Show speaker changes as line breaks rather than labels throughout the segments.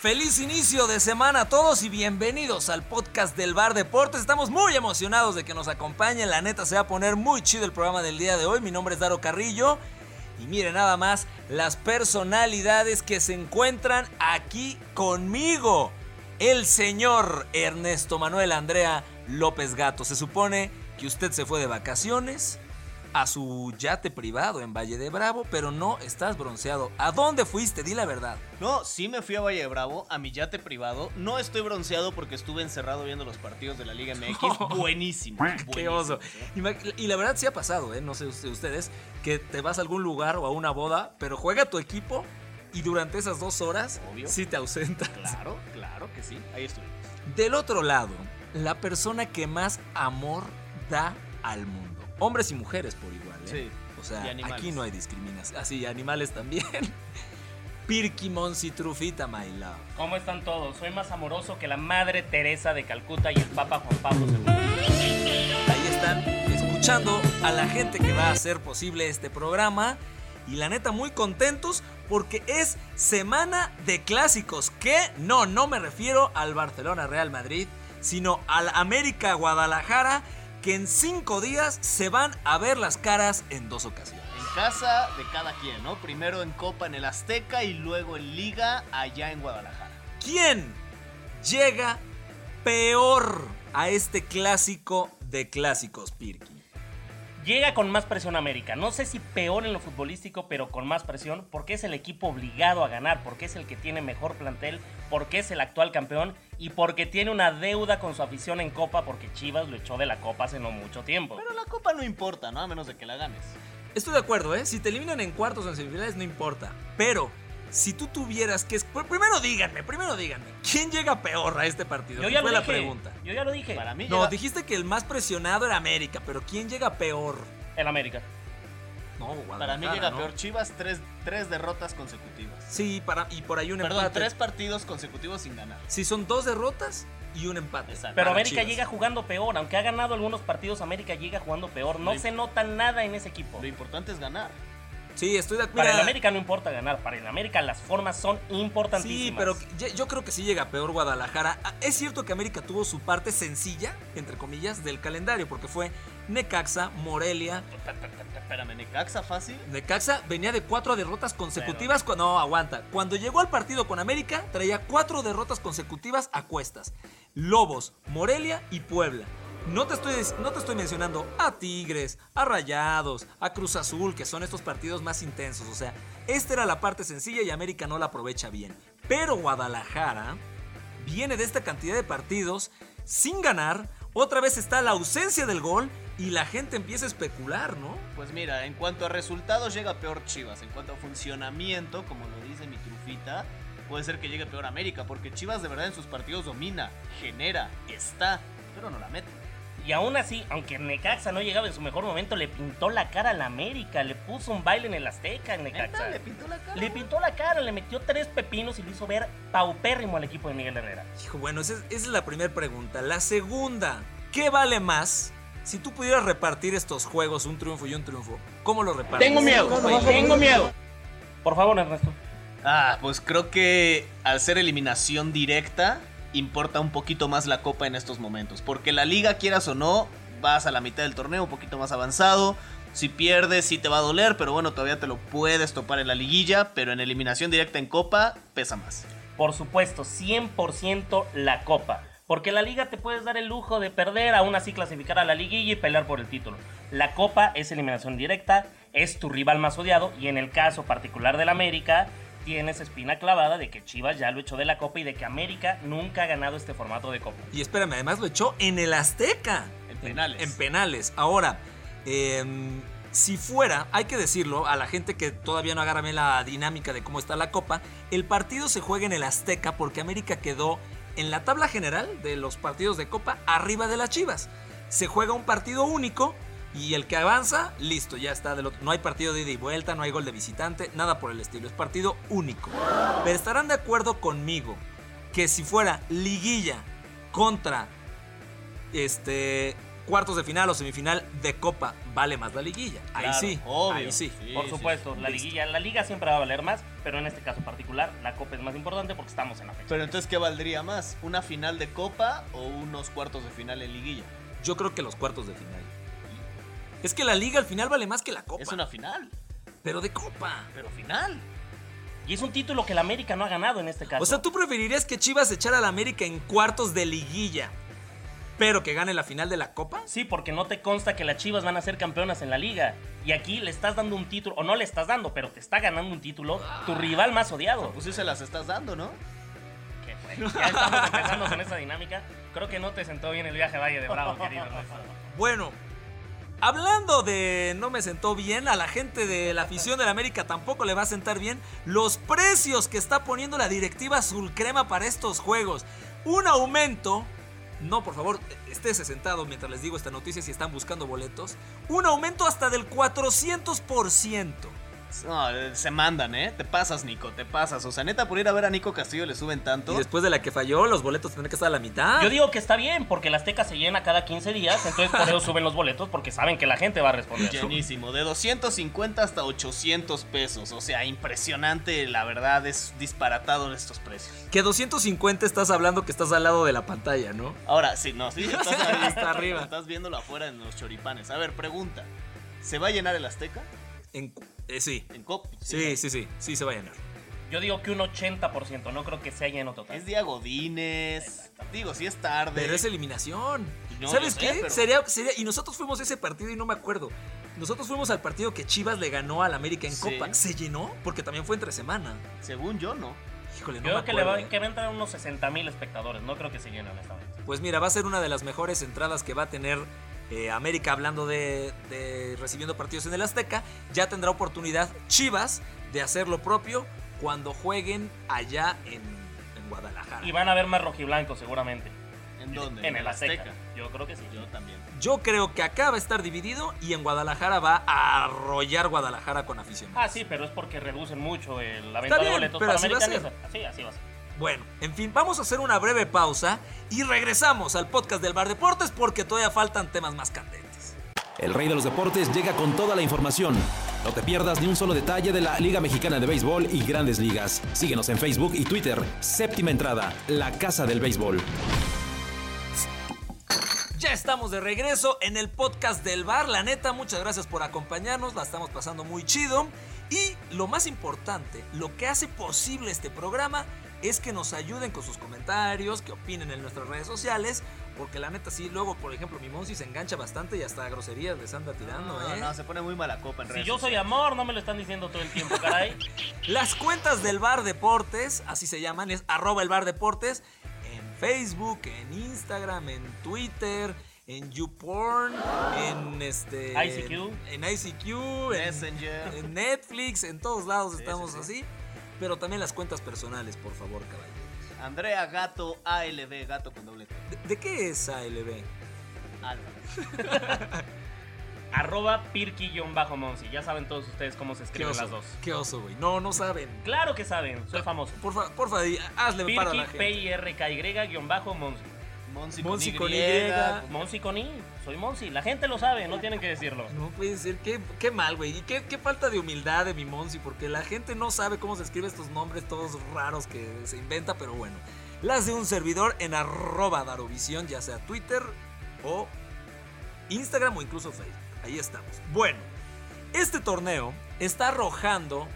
Feliz inicio de semana a todos y bienvenidos al podcast del Bar Deportes. Estamos muy emocionados de que nos acompañen. La neta se va a poner muy chido el programa del día de hoy. Mi nombre es Daro Carrillo. Y miren nada más las personalidades que se encuentran aquí conmigo. El señor Ernesto Manuel Andrea López Gato. Se supone que usted se fue de vacaciones a su yate privado en Valle de Bravo, pero no estás bronceado. ¿A dónde fuiste? Di la verdad.
No, sí me fui a Valle de Bravo, a mi yate privado. No estoy bronceado porque estuve encerrado viendo los partidos de la Liga MX. buenísimo.
Oh. Qué
buenísimo,
oso.
¿eh?
Ima- Y la verdad sí ha pasado, ¿eh? No sé usted- ustedes, que te vas a algún lugar o a una boda, pero juega tu equipo y durante esas dos horas
Obvio.
sí te ausentas.
Claro, claro que sí. Ahí estuvimos.
Del otro lado, la persona que más amor da al mundo. Hombres y mujeres por igual, ¿eh?
Sí.
O sea,
Y animales.
aquí no hay discriminación. Así, animales también. Pirky Monsi Trufita, my love.
¿Cómo están todos? Soy más amoroso que la Madre Teresa de Calcuta y el Papa Juan Pablo
Mm.
II.
Ahí están escuchando a la gente que va a hacer posible este programa. Y la neta, muy contentos porque es semana de clásicos. Que no, no me refiero al Barcelona Real Madrid, sino al América Guadalajara, que en cinco días se van a ver las caras en dos ocasiones.
En casa de cada quien, ¿no? Primero en Copa en el Azteca y luego en Liga allá en Guadalajara.
¿Quién llega peor a este clásico de clásicos, Pirki?
Llega con más presión América. No sé si peor en lo futbolístico, pero con más presión, porque es el equipo obligado a ganar, porque es el que tiene mejor plantel, porque es el actual campeón y porque tiene una deuda con su afición en Copa, porque Chivas lo echó de la Copa hace no mucho tiempo.
Pero la Copa no importa, ¿no? A menos de que la ganes.
Estoy de acuerdo, ¿eh? Si te eliminan en cuartos o en semifinales, no importa. Pero, si tú tuvieras que... pr- Primero díganme, primero díganme. ¿Quién llega peor a este partido?
Yo
Esa
ya lo
fue la
dije.
pregunta.
Yo ya lo dije.
Para mí
No,
llega-
dijiste que el más presionado era América, pero ¿quién llega peor?
El América.
No,
para mí
Guadalajara,
llega
¿no?
peor Chivas, tres, tres derrotas consecutivas.
Sí, para, y por ahí un
Perdón,
empate.
tres partidos consecutivos sin ganar.
Sí, son dos derrotas y un empate.
Exacto.
Pero
Ah, Para
América
Chivas.
llega jugando peor. Aunque ha ganado algunos partidos, América llega jugando peor. No
Lo-
se nota nada en ese equipo.
Lo importante es ganar.
Sí, estoy de acuerdo.
Para el América no importa ganar, para el América las formas son importantísimas.
Sí, pero que- yo creo que sí llega peor Guadalajara. Ah, Es cierto que América tuvo su parte sencilla, entre comillas, del calendario, porque fue Necaxa, Morelia,
Espérame, Necaxa fácil.
Necaxa venía de cuatro derrotas consecutivas. cu- No, aguanta. Cuando llegó al partido con América, traía cuatro derrotas consecutivas a cuestas. Lobos, Morelia y Puebla. No te, estoy, des- no te estoy mencionando a Tigres, a Rayados, a Cruz Azul, que son estos partidos más intensos. O sea, esta era la parte sencilla y América no la aprovecha bien. Pero Guadalajara viene de esta cantidad de partidos sin ganar. Otra vez está la ausencia del gol y la gente empieza a especular, ¿no?
Pues mira, en cuanto a resultados llega peor Chivas, en cuanto a funcionamiento, como lo dice mi trufita, puede ser que llegue peor América, porque Chivas de verdad en sus partidos domina, genera, está, pero no la mete.
Y aún así, aunque Necaxa no llegaba en su mejor momento, le pintó la cara al América, le puso un baile en el Azteca en Necaxa.
Neta, ¿Eh? le pintó la cara.
Le pintó la cara, le metió tres pepinos y lo hizo ver paupérrimo al equipo de Miguel Herrera.
Hijo, bueno, esa es, esa es la primera pregunta. La segunda, ¿qué vale más? Si tú pudieras repartir estos juegos, un triunfo y un triunfo, ¿cómo lo repartes?
tengo miedo. Por favor, Ernesto.
Ah, pues creo que al ser eliminación directa, importa un poquito más la copa en estos momentos. Porque la liga, quieras o no, vas a la mitad del torneo, un poquito más avanzado. Si pierdes, sí te va a doler, pero bueno, todavía te lo puedes topar en la liguilla. Pero en eliminación directa en copa, pesa más.
Por supuesto, 100% la copa. Porque la liga te puedes dar el lujo de perder, aún así clasificar a la liguilla y pelear por el título. La copa es eliminación directa, es tu rival más odiado y en el caso particular del América tienes espina clavada de que Chivas ya lo echó de la copa y de que América nunca ha ganado este formato de copa.
Y espérame, además lo echó en el Azteca.
En penales.
En, penales. Ahora, em, si fuera, hay que decirlo a la gente que todavía no agarra bien la dinámica de cómo está la copa, el partido se juega en el Azteca porque América quedó en la tabla general de los partidos de copa arriba de las Chivas. Se juega un partido único y el que avanza, listo, ya está del otro. No hay partido de ida y vuelta, no hay gol de visitante, nada por el estilo. Es partido único. Pero estarán de acuerdo conmigo que si fuera liguilla contra este cuartos de final o semifinal de Copa vale más la liguilla. Ahí
Claro,
sí.
obvio.
Ahí sí.
Por
sí,
supuesto,
sí.
la
Listo.
liguilla, la liga siempre va a valer más, pero en este caso particular, la copa es más importante porque estamos en la fecha.
Pero entonces, ¿qué valdría más? ¿Una final de copa o unos cuartos de final en liguilla?
Yo creo que los cuartos de final. Es que la liga al final vale más que la Copa.
Es una final,
Pero de Copa.
pero final.
Y es un título que el América no ha ganado en este caso.
O sea, ¿tú preferirías que Chivas echara a la América en cuartos de liguilla, pero que gane la final de la Copa?
Sí, porque no te consta que las Chivas van a ser campeonas en la liga. Y aquí le estás dando un título, o no le estás dando, pero te está ganando un título tu rival más odiado.
Pues sí se las estás dando, ¿no?
Que, güey, ya estamos empezando con esa dinámica. Creo que no te sentó bien el viaje a Valle de Bravo, querido. Ernesto.
Bueno, hablando de no me sentó bien, a la gente de la afición del América tampoco le va a sentar bien los precios que está poniendo la directiva Azul Crema para estos juegos. Un aumento. No, por favor, estése sentado mientras les digo esta noticia si están buscando boletos. Un aumento hasta del 400%.
No, eh, se mandan, ¿eh? Te pasas, Nico, te pasas. O sea, neta, por ir a ver a Nico Castillo le suben
Y
tanto.
después de la que falló, los boletos tendrán que estar a la mitad.
Yo digo que está bien, porque la Azteca se llena cada 15 días, entonces por eso suben los boletos, porque saben que la gente va a responder.
Llenísimo, de 250 hasta 800 pesos. O sea, impresionante, la verdad, es disparatado estos precios.
Que 250 estás hablando que estás al lado de la pantalla, ¿no?
Ahora, sí, no, sí, estás, ahí,
Está arriba.
Estás viéndolo afuera en los choripanes. A ver, pregunta. ¿Se va a llenar el Azteca?
En cu- eh, sí.
¿En COP?
Sí, sí, sí, sí se va a llenar.
Yo digo que un 80%, no creo que sea lleno total.
Es Día Godínez. Digo, si es tarde.
Pero es eliminación.
No,
¿Sabes
yo sé,
qué?
pero-
Sería, sería- y nosotros fuimos a ese partido y no me acuerdo. Nosotros fuimos al partido que Chivas le ganó al América en
Sí.
Copa. ¿Se llenó? Porque también fue entre semana.
Según yo, no.
Híjole,
Yo
no me
creo que, le
acuerdo,
va,
¿eh?
que va a entrar unos 60 mil espectadores, no creo que se llenen esta vez.
Pues mira, va a ser una de las mejores entradas que va a tener eh, América hablando de, de recibiendo partidos en el Azteca. Ya tendrá oportunidad Chivas de hacer lo propio cuando jueguen allá en, en Guadalajara.
Y van a ver más rojiblancos seguramente.
¿En dónde?
En el Azteca. Yo creo que sí.
Yo también.
Yo creo que acá va a estar dividido y en Guadalajara va a arrollar Guadalajara con aficionados.
Ah, sí, pero es porque reducen mucho el, la venta
bien,
de boletos
pero
para
así va a ser.
americanistas. Así, así va a ser.
Bueno, en fin, vamos a hacer una breve pausa y regresamos al podcast del Bar Deportes porque todavía faltan temas más candentes.
El rey de los deportes llega con toda la información. No te pierdas ni un solo detalle de la Liga Mexicana de Béisbol y Grandes Ligas. Síguenos en Facebook y Twitter. Séptima entrada, la Casa del Béisbol.
Ya estamos de regreso en el podcast del Bar. La neta, muchas gracias por acompañarnos, la estamos pasando muy chido. Y lo más importante, lo que hace posible este programa es que nos ayuden con sus comentarios, que opinen en nuestras redes sociales, porque la neta sí, luego, por ejemplo, mi Monsi se engancha bastante y hasta groserías les anda tirando, ¿eh?
no, se pone muy mala copa en
Si
redes
yo soy amor, no me lo están diciendo todo el tiempo, caray.
Las cuentas del Bar Deportes, así se llaman, es arroba el Bar Deportes, en Facebook, en Instagram, en Twitter, en YouPorn, en este...
ICQ.
En ICQ, en,
Messenger.
en Netflix, en todos lados
Sí,
estamos
sí, sí.
así. Pero también las cuentas personales, por favor, caballo.
Andrea Gato, ALB, gato con doble T.
¿De, de qué es ALB?
Álvarez.
Arroba pirqui-monsi. Ya saben todos ustedes cómo se escriben
oso,
las dos.
qué oso, güey. No, no saben.
Claro que saben, soy famoso.
Porfa, porfa, di- hazle paro a
Pirqui,
la gente.
P-I-R-K-Y-Monsi.
Monsi,
Monsi
con
con
Y.
Y.
Monsi con I, soy Monsi. La gente lo sabe, no tienen que decirlo.
No puede ser, qué, qué mal, güey. Y qué, qué falta de humildad de mi Monsi, porque la gente no sabe cómo se escribe estos nombres todos raros que se inventa, pero bueno. Las de un servidor en arroba darovisión, ya sea Twitter o Instagram o incluso Facebook. Ahí estamos. Bueno, este torneo está arrojando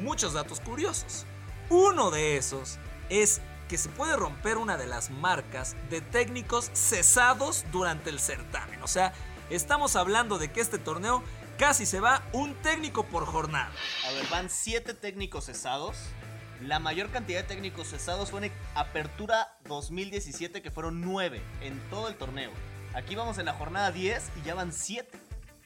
muchos datos curiosos. Uno de esos es que se puede romper una de las marcas de técnicos cesados durante el certamen. O sea, estamos hablando de que este torneo casi se va un técnico por jornada.
A ver, van siete técnicos cesados. La mayor cantidad de técnicos cesados fue en Apertura 2017, que fueron nueve en todo el torneo. Aquí vamos en la jornada 10 y ya van siete.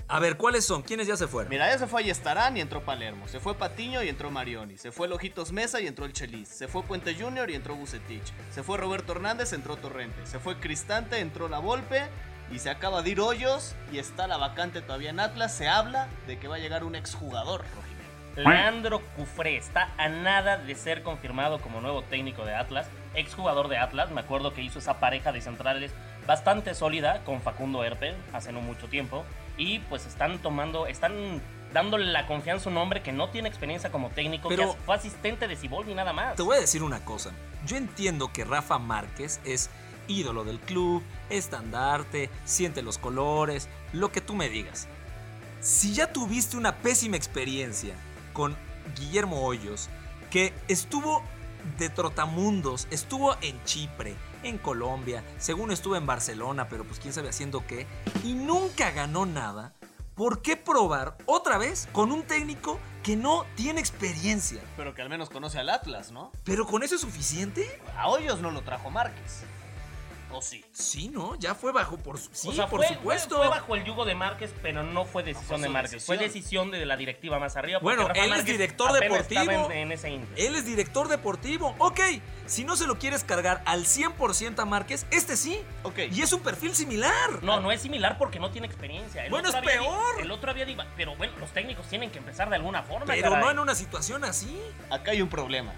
A ver, ¿cuáles son? ¿Quiénes ya se fueron?
Mira, ya se fue Ayestarán y entró Palermo. Se fue Patiño y entró Marioni. Se fue Lojitos Mesa y entró el Chelis. Se fue Puente Junior y entró Bucetich. Se fue Roberto Hernández, entró Torrente. Se fue Cristante, entró La Volpe. Y se acaba de ir Hoyos y está la vacante todavía en Atlas. Se habla de que va a llegar un exjugador, Rojinegro.
Leandro Cufré está a nada de ser confirmado como nuevo técnico de Atlas. exjugador de Atlas, me acuerdo que hizo esa pareja de centrales bastante sólida con Facundo Herpe hace no mucho tiempo y pues están tomando, están dándole la confianza a un hombre que no tiene experiencia como técnico,
Pero-
que fue asistente de Siboldi nada más.
Te voy a decir una cosa. Yo entiendo que Rafa Márquez es ídolo del club, estandarte, siente los colores, lo que tú me digas. Si ya tuviste una pésima experiencia con Guillermo Hoyos, que estuvo de trotamundos, estuvo en Chipre, en Colombia, según estuvo en Barcelona, pero pues quién sabe haciendo qué, y nunca ganó nada, ¿por qué probar otra vez con un técnico que no tiene experiencia?
Pero que al menos conoce al Atlas, ¿no?
¿Pero con eso es suficiente?
A Hoyos no lo trajo Márquez. ¿O sí?
Sí, ¿no? Ya fue bajo por su... Sí,
O sea,
por
fue,
supuesto.
Fue, fue bajo el yugo de Márquez, pero no fue decisión
No fue
de
su
Márquez. Fue
decisión.
decisión de la directiva más arriba. porque
Bueno,
Rafa
él es
Márquez
director
apenas estaba
deportivo.
En, en ese índice.
Él es director deportivo. Ok, si no se lo quieres cargar al 100% a Márquez, este sí.
Ok.
Y es un perfil similar.
No, no es similar porque no tiene experiencia. El
Bueno,
otro
es
había di-
peor.
El otro había diva- Pero bueno, los técnicos tienen que empezar de alguna forma.
Pero
caray.
no en una situación así.
Acá hay un problema.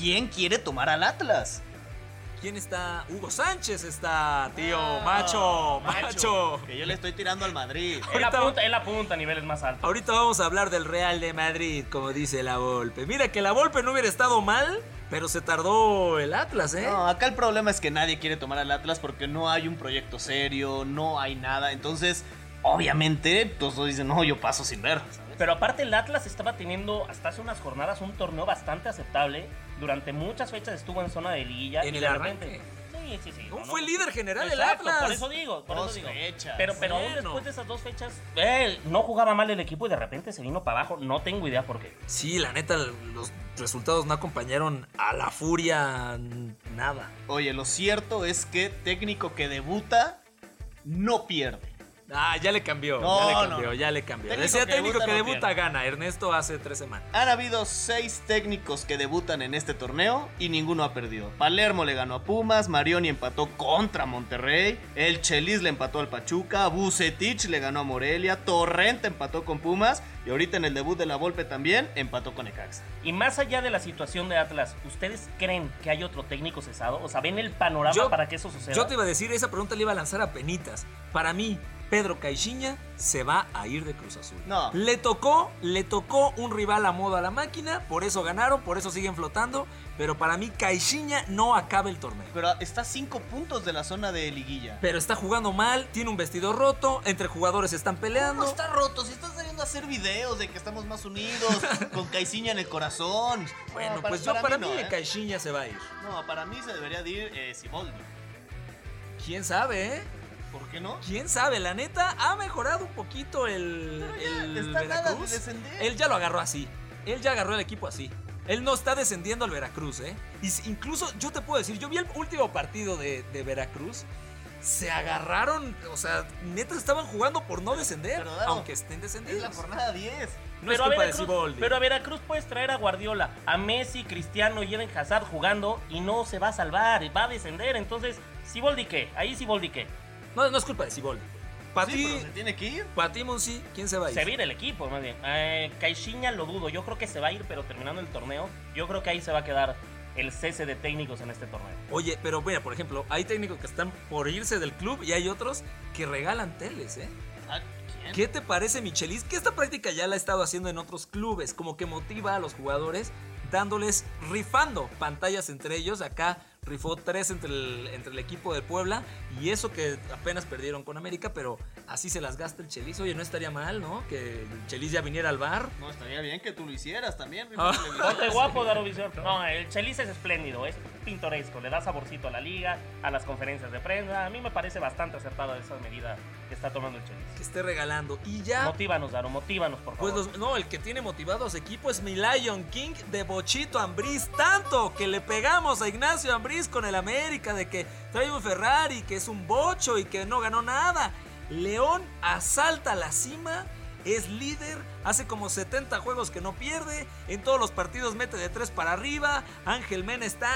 ¿Quién quiere tomar al Atlas?
¿Quién está? Hugo Sánchez está, tío.
Ah,
macho, macho.
Que yo le estoy tirando al Madrid.
Él
Ahorita-
apunta, él apunta a niveles más altos.
Ahorita vamos a hablar del Real de Madrid, como dice la Volpe. Mira que la Volpe no hubiera estado mal, pero se tardó el Atlas, ¿eh?
No, acá el problema es que nadie quiere tomar al Atlas porque no hay un proyecto serio, no hay nada. Entonces, obviamente, todos dicen, no, yo paso sin ver.
Ah.
¿sabes?
Pero aparte el Atlas estaba teniendo hasta hace unas jornadas un torneo bastante aceptable. Durante muchas fechas estuvo en zona de liguilla.
En
y
el
de
arranque.
repente- Sí, sí, sí.
Aún fue líder general del
Exacto,
Atlas.
Por eso digo, por
Dos
eso digo.
fechas.
Pero, pero aún
Bueno.
después de esas dos fechas, eh, no jugaba mal el equipo y de repente se vino para abajo. No tengo idea por qué.
Sí, la neta, los resultados no acompañaron a la furia n- nada.
Oye, lo cierto es que técnico que debuta no pierde.
Ah, ya le cambió.
No,
ya le cambió,
no.
ya le cambió.
Técnico
Decía
que
técnico
debuta
que
no
debuta
pierde.
gana. Ernesto hace tres semanas.
Han habido seis técnicos que debutan en este torneo y ninguno ha perdido. Palermo le ganó a Pumas, Marioni empató contra Monterrey, el Chelis le empató al Pachuca, Bucetich le ganó a Morelia, Torrente empató con Pumas y ahorita en el debut de la Volpe también empató con Ecaxa.
Y más allá de la situación de Atlas, ¿ustedes creen que hay otro técnico cesado? O sea, ¿ven el panorama
Yo-
para que eso suceda?
Yo te iba a decir, esa pregunta le iba a lanzar a penitas. Para mí, Pedro Caixinha se va a ir de Cruz Azul.
No.
Le tocó, le tocó un rival a modo a la máquina, por eso ganaron, por eso siguen flotando, pero para mí Caixinha no acaba el torneo.
Pero está a cinco puntos de la zona de liguilla.
Pero está jugando mal, tiene un vestido roto, entre jugadores están peleando.
No está roto, si estás saliendo a hacer videos de que estamos más unidos, con Caiciña en el corazón.
Bueno,
No, para-
pues yo para mí,
no, ¿eh?
Caixinha se va a ir.
No, para mí se debería de ir eh, Siboldi.
¿Quién sabe, eh?
¿Por qué no?
¿Quién sabe? La neta ha mejorado un poquito el, el
está nada de
Veracruz.
descender.
Él ya lo agarró así. Él ya agarró el equipo así. Él no está descendiendo al Veracruz, ¿eh? Y si- incluso yo te puedo decir, yo vi el último partido de, de Veracruz. Se agarraron, o sea, neta estaban jugando por no descender,
Pero, Dado,
aunque estén
Es la
descendidos.
jornada 10.
No es
a
culpa de
Veracruz-
Siboldi.
pero a Veracruz puedes traer a Guardiola, a Messi, Cristiano y Eden Hazard jugando y no se va a salvar, va a descender. Entonces, Siboldi qué, ahí Siboldi qué.
No, no es culpa de Siboldi. Para
Sí,
ti,
pero se tiene que ir.
para ti, Monsi, ¿quién se va a ir?
Se vira el equipo, más bien. Eh, Caixinha lo dudo, yo creo que se va a ir, pero terminando el torneo, yo creo que ahí se va a quedar el cese de técnicos en este torneo.
Oye, pero mira, por ejemplo, hay técnicos que están por irse del club y hay otros que regalan teles, ¿eh?
¿A quién?
¿Qué te parece, Michelis? Que esta práctica ya la ha estado haciendo en otros clubes, como que motiva a los jugadores dándoles, rifando pantallas entre ellos. Acá rifó tres entre el, entre el equipo de Puebla y eso que apenas perdieron con América, pero así se las gasta el Chelis. Oye, no estaría mal, ¿no? Que el Chelis ya viniera al bar.
No, estaría bien que tú lo hicieras también.
Ah.
Ricardo Levi.
Ponte guapo, Darovisión. No, el Chelis es espléndido, es pintoresco, le da saborcito a la liga, a las conferencias de prensa. A mí me parece bastante acertada esa medida que está tomando el Chelis.
Que esté regalando. Y ya.
Motívanos, Daro, motívanos, por favor.
Pues los- no, el que tiene motivado a su equipo es mi Lion King de Bochito Ambriz. Tanto que le pegamos a Ignacio Ambriz con el América de que trae un Ferrari, que es un bocho y que no ganó nada. León asalta la cima, es líder, hace como 70 juegos que no pierde, en todos los partidos mete de 3 para arriba, Ángel Mena está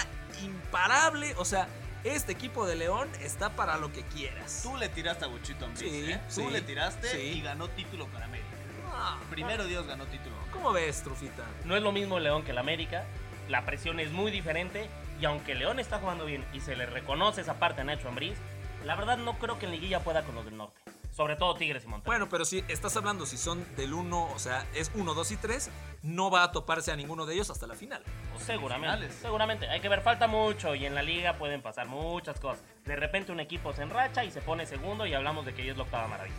imparable, o sea, este equipo de León está para lo que quieras.
Tú le tiraste a Buchito Ambriz,
Sí,
¿eh?
sí,
Tú le tiraste
sí.
y ganó título con América.
Ah,
Primero Dios ganó título.
¿Cómo ves, Trufita?
No es lo mismo el León que el América. La presión es muy diferente Y aunque León está jugando bien y se le reconoce esa parte a Nacho Ambriz, la verdad no creo que en Liguilla pueda con los del norte. Sobre todo Tigres y Monterrey.
Bueno, pero si estás hablando, si son del 1, o sea, es 1, 2 y 3, no va a toparse a ninguno de ellos hasta la final.
Pues seguramente.
finales.
Seguramente. Hay que ver, falta mucho y en la liga pueden pasar muchas cosas. De repente un equipo se enracha y se pone segundo y hablamos de que ya es la octava maravilla.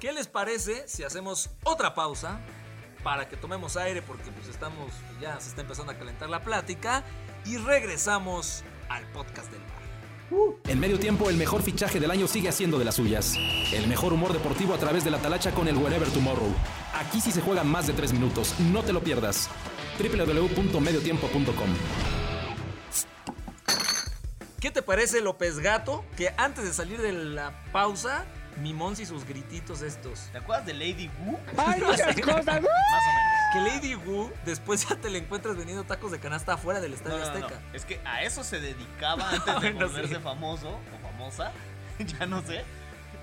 ¿Qué les parece si hacemos otra pausa para que tomemos aire porque pues estamos ya se está empezando a calentar la plática y regresamos al podcast del bar.
En medio tiempo, el mejor fichaje del año sigue haciendo de las suyas. El mejor humor deportivo a través de la talacha con el Wherever Tomorrow. Aquí sí se juegan más de 3 minutos, no te lo pierdas. www.mediotiempo.com
¿Qué te parece López Gato que antes de salir de la pausa mi Monsi y sus grititos estos?
¿Te acuerdas de Lady Wu?
Hay muchas cosas. ¡uh!
Más o menos.
Que Lady Wu después ya te la encuentras vendiendo tacos de canasta afuera del Estadio
No, no, no,
Azteca.
no. Es que a eso se dedicaba antes de
Bueno,
volverse
sí.
famoso o famosa, ya no sé.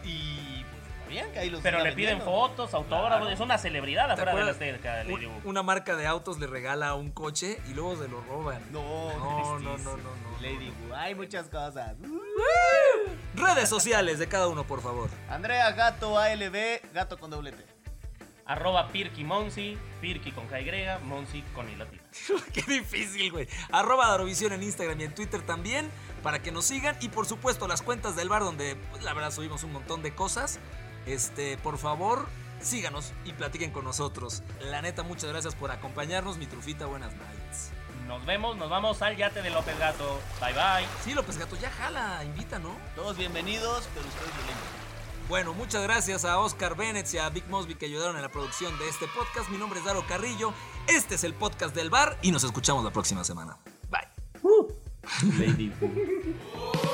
Y pues está bien que ahí los
Pero
siga
le piden
vendiendo.
fotos, autógrafos.
Claro.
Es una celebridad
¿Te
afuera de la
acuerdas?
Azteca,
Un-
Lady Wu.
Una marca de autos le regala un coche y luego se lo roban.
No,
No, no,
tristísimo.
no, no, no,
Lady Wu, hay muchas cosas.
Redes sociales de cada uno, por favor.
Andrea Gato ALB, gato con doble T.
Arroba Pirky Monsi, Pirky con KY, Monsi con I latina.
Qué difícil, güey. Arroba Darovisión en Instagram y en Twitter también para que nos sigan. Y por supuesto, las cuentas del bar donde pues, la verdad subimos un montón de cosas. Este, por favor, síganos y platiquen con nosotros. La neta, muchas gracias por acompañarnos. Mi trufita, buenas nights.
Nos vemos, nos vamos al yate de López Gato. Bye bye.
Sí, López Gato, ya jala, invita, ¿no?
Todos bienvenidos, pero ustedes violentos.
Bueno, muchas gracias a Oscar Bennett y a Vic Mosby que ayudaron en la producción de este podcast. Mi nombre es Daro Carrillo. Este es el podcast del bar y nos escuchamos la próxima semana. Bye.
Lady Wu.